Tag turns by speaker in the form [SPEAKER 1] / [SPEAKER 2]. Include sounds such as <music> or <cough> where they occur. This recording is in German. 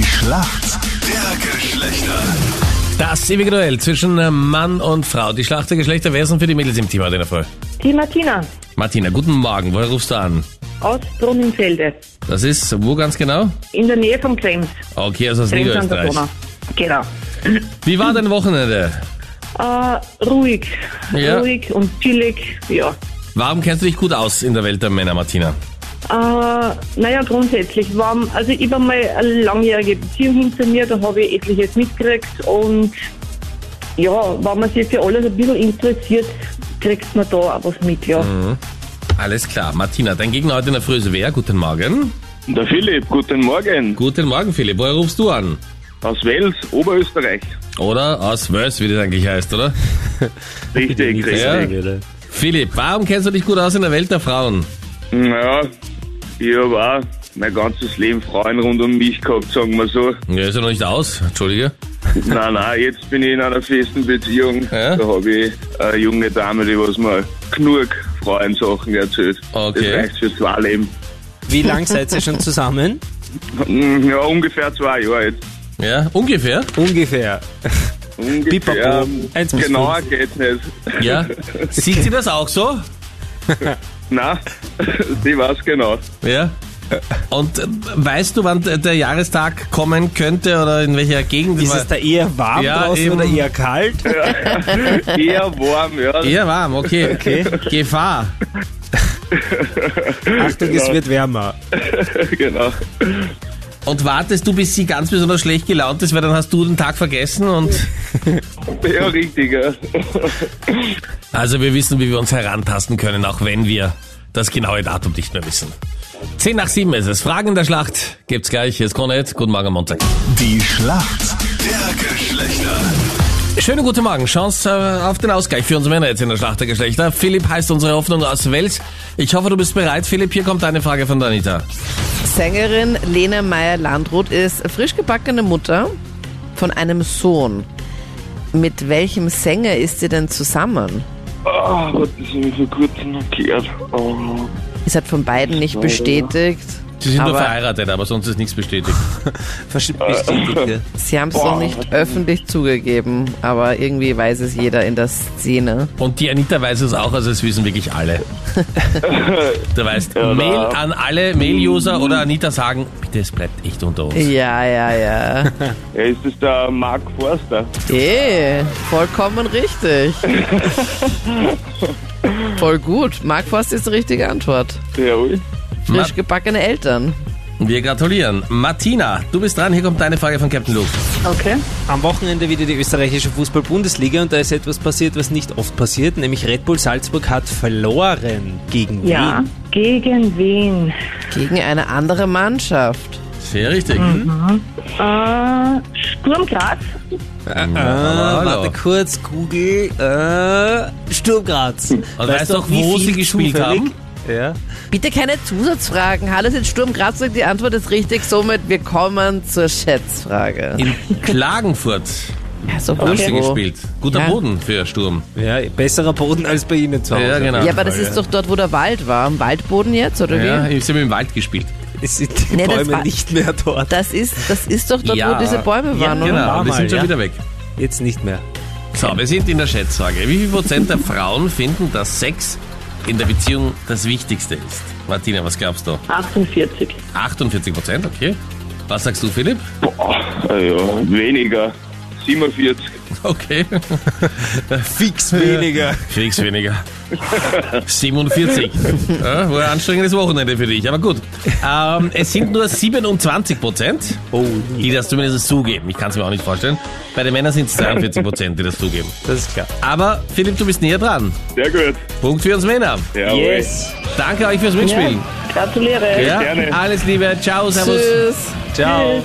[SPEAKER 1] Schlacht der Geschlechter.
[SPEAKER 2] Das ewige Duell zwischen äh, Mann und Frau. Die Schlacht der Geschlechter. Wer ist denn für die Mädels im Team heute in der Früh?
[SPEAKER 3] Die Martina
[SPEAKER 2] Martina, guten Morgen. Woher rufst du an?
[SPEAKER 3] aus Brunnenfelde
[SPEAKER 2] Das ist wo ganz genau?
[SPEAKER 3] in der Nähe vom Krems.
[SPEAKER 2] Okay, also aus
[SPEAKER 3] Krems an der
[SPEAKER 2] Niederösterreich.
[SPEAKER 3] Donau. Genau.
[SPEAKER 2] Wie war dein Wochenende?
[SPEAKER 3] Äh, ruhig,
[SPEAKER 2] Ja.
[SPEAKER 3] ruhig und chillig, ja.
[SPEAKER 2] Warum kennst du dich gut aus in der Welt der Männer, Martina?
[SPEAKER 3] Äh, naja, grundsätzlich warm. Also ich habe mal eine langjährige Beziehung hinter mir, da habe ich etliches mitgekriegt und ja, wenn man sich für alles ein bisschen interessiert, kriegt man da auch was mit, ja.
[SPEAKER 2] Alles klar. Martina, dein Gegner heute in der Früh ist wer? Guten Morgen.
[SPEAKER 4] Der Philipp, guten Morgen.
[SPEAKER 2] Guten Morgen, Philipp. Woher rufst du an?
[SPEAKER 4] Aus Wels, Oberösterreich.
[SPEAKER 2] Oder aus Wels, wie das eigentlich heißt, oder?
[SPEAKER 4] Richtig,
[SPEAKER 2] Ja.
[SPEAKER 4] richtig.
[SPEAKER 2] Philipp, warum kennst du dich gut aus in der Welt der Frauen?
[SPEAKER 4] Naja, ich habe auch mein ganzes Leben Frauen rund um mich gehabt, sagen wir
[SPEAKER 5] <laughs>
[SPEAKER 4] so.
[SPEAKER 2] Ja, ist ja noch nicht aus. Entschuldige.
[SPEAKER 4] Nein, nein, jetzt bin ich in einer festen Beziehung.
[SPEAKER 2] Ja?
[SPEAKER 4] Da habe ich eine junge Dame, die was mir genug Frauensachen erzählt.
[SPEAKER 2] Okay.
[SPEAKER 4] Das reicht für zwei Leben.
[SPEAKER 5] Wie lang seid ihr schon zusammen?
[SPEAKER 4] Hm, Ja, ungefähr zwei Jahre jetzt.
[SPEAKER 2] Ja, ungefähr.
[SPEAKER 5] Ungefähr.
[SPEAKER 4] Ungefähr.
[SPEAKER 5] Pipapo. Eins bis
[SPEAKER 4] Genauer geht's nicht.
[SPEAKER 2] Ja. Sieht sie das auch so?
[SPEAKER 4] <laughs> Nein, die weiß
[SPEAKER 5] <laughs>
[SPEAKER 4] genau.
[SPEAKER 2] Ja. Und äh, weißt du, wann d- der Jahrestag kommen könnte oder in welcher Gegend?
[SPEAKER 5] Ist es da eher warm
[SPEAKER 2] Ja,
[SPEAKER 5] draußen
[SPEAKER 2] eben.
[SPEAKER 5] oder eher kalt?
[SPEAKER 4] Eher warm, ja.
[SPEAKER 2] Eher warm, okay. okay. Gefahr.
[SPEAKER 5] Achtung, es wird wärmer.
[SPEAKER 4] <laughs> genau.
[SPEAKER 2] Und wartest du, bis sie ganz besonders schlecht gelaunt ist, weil dann hast du den Tag vergessen und...
[SPEAKER 4] Ja, richtig, ja. <laughs>
[SPEAKER 2] Also wir wissen, wie wir uns herantasten können, auch wenn wir das genaue Datum nicht mehr wissen. 10 nach 7 ist es. Fragen der Schlacht gibt's gleich. Hier ist Konrad. Guten Morgen, am Montag.
[SPEAKER 1] Die Schlacht der Geschlechter.
[SPEAKER 2] Schönen guten Morgen. Chance äh, auf den Ausgleich für uns Männer jetzt in der Schlacht der Geschlechter. Philipp heißt unsere Hoffnung aus Wels. Ich hoffe, du bist bereit. Philipp, hier kommt eine Frage von Danita.
[SPEAKER 6] Sängerin Lena Meyer-Landrut ist frisch gebackene Mutter von einem Sohn. Mit welchem Sänger ist sie denn zusammen?
[SPEAKER 4] Ah, Gott, das habe ich vor kurzem noch gehört. Oh.
[SPEAKER 6] Ist halt von beiden nicht bestätigt.
[SPEAKER 2] Sie sind nur
[SPEAKER 6] Aber-
[SPEAKER 2] verheiratet, aber sonst ist nichts bestätigt.
[SPEAKER 5] Bestätigte.
[SPEAKER 6] Sie haben es noch nicht öffentlich zugegeben, aber irgendwie weiß es jeder in der Szene.
[SPEAKER 2] Und die Anita weiß es auch, also es wissen wirklich alle. Du weißt, Mail an alle Mail-User oder Anita sagen, bitte, es bleibt echt unter uns.
[SPEAKER 6] Ja, ja, ja.
[SPEAKER 4] Ja, ist das der Mark Forster?
[SPEAKER 6] Eh, vollkommen richtig. Voll gut. Mark Forst ist die richtige Antwort.
[SPEAKER 4] Jawohl.
[SPEAKER 6] Frisch gebackene Eltern.
[SPEAKER 2] Wir gratulieren. Martina, du bist dran. Hier kommt deine Frage von Captain Luke.
[SPEAKER 3] Okay.
[SPEAKER 5] Am Wochenende wieder die österreichische Fußball-Bundesliga und da ist etwas passiert, was nicht oft passiert, nämlich Red Bull Salzburg hat verloren gegen
[SPEAKER 3] Ja.
[SPEAKER 5] Wien.
[SPEAKER 3] Gegen wen?
[SPEAKER 6] Gegen eine andere Mannschaft.
[SPEAKER 2] Sehr richtig.
[SPEAKER 6] Mhm.
[SPEAKER 3] Äh, Sturm Graz?
[SPEAKER 5] Ah,
[SPEAKER 2] hallo.
[SPEAKER 5] warte kurz, Google. Äh, Sturm Graz.
[SPEAKER 2] Und weißt
[SPEAKER 5] du
[SPEAKER 2] doch, wo
[SPEAKER 5] viel
[SPEAKER 2] sie gespielt
[SPEAKER 5] zufällig?
[SPEAKER 2] haben?
[SPEAKER 5] Ja.
[SPEAKER 6] Bitte keine Zusatzfragen. Hallo, sind Sturm Graz sagt, die Antwort ist richtig. Somit, wir kommen zur Schätzfrage.
[SPEAKER 2] In Klagenfurt
[SPEAKER 6] Oh. Ja, so
[SPEAKER 2] haben sie
[SPEAKER 6] irgendwo.
[SPEAKER 2] gespielt. Guter
[SPEAKER 6] Ja.
[SPEAKER 2] Boden für Sturm.
[SPEAKER 5] ja, besserer Boden als bei Ihnen zu Hause.
[SPEAKER 2] Ja, genau.
[SPEAKER 6] Ja, aber das ist doch dort, wo der Wald war. Am Waldboden jetzt, oder
[SPEAKER 2] Ja,
[SPEAKER 6] wie?
[SPEAKER 2] sie haben im Wald gespielt.
[SPEAKER 5] Es sind die
[SPEAKER 6] Nee, das
[SPEAKER 5] Bäume
[SPEAKER 6] war-
[SPEAKER 5] nicht mehr dort.
[SPEAKER 6] Das ist, das ist doch dort,
[SPEAKER 2] Ja.
[SPEAKER 6] wo diese Bäume
[SPEAKER 5] Ja,
[SPEAKER 6] waren, oder?
[SPEAKER 2] Genau, und die
[SPEAKER 5] mal,
[SPEAKER 2] sind schon
[SPEAKER 5] ja.
[SPEAKER 2] wieder weg.
[SPEAKER 5] Jetzt nicht mehr.
[SPEAKER 2] So, wir sind in der Schätzfrage. Wie viel Prozent der Frauen finden, dass Sex in der Beziehung das Wichtigste ist? Martina, was glaubst du?
[SPEAKER 3] 48.
[SPEAKER 2] 48 Prozent, okay. Was sagst du, Philipp? <laughs>
[SPEAKER 4] Boah, ah, ja, weniger. 47.
[SPEAKER 2] Okay.
[SPEAKER 5] Fix <laughs> weniger.
[SPEAKER 2] Krieg's weniger. 47. Ja, war ein anstrengendes Wochenende für dich, aber gut. Ähm, es sind nur 27 Prozent,
[SPEAKER 5] Oh,
[SPEAKER 2] die das zumindest zugeben. Ich kann es mir auch nicht vorstellen. Bei den Männern sind es 42 Prozent, die das zugeben.
[SPEAKER 5] das ist klar.
[SPEAKER 2] Aber Philipp, du bist näher dran.
[SPEAKER 4] Sehr gut.
[SPEAKER 2] Punkt für uns Männer.
[SPEAKER 4] Jawohl.
[SPEAKER 5] Yes.
[SPEAKER 2] Danke euch fürs Mitspielen.
[SPEAKER 3] Gratuliere.
[SPEAKER 2] Ja,
[SPEAKER 4] gerne.
[SPEAKER 2] Alles Liebe. Ciao, servus.
[SPEAKER 6] Tschüss.
[SPEAKER 5] Ciao.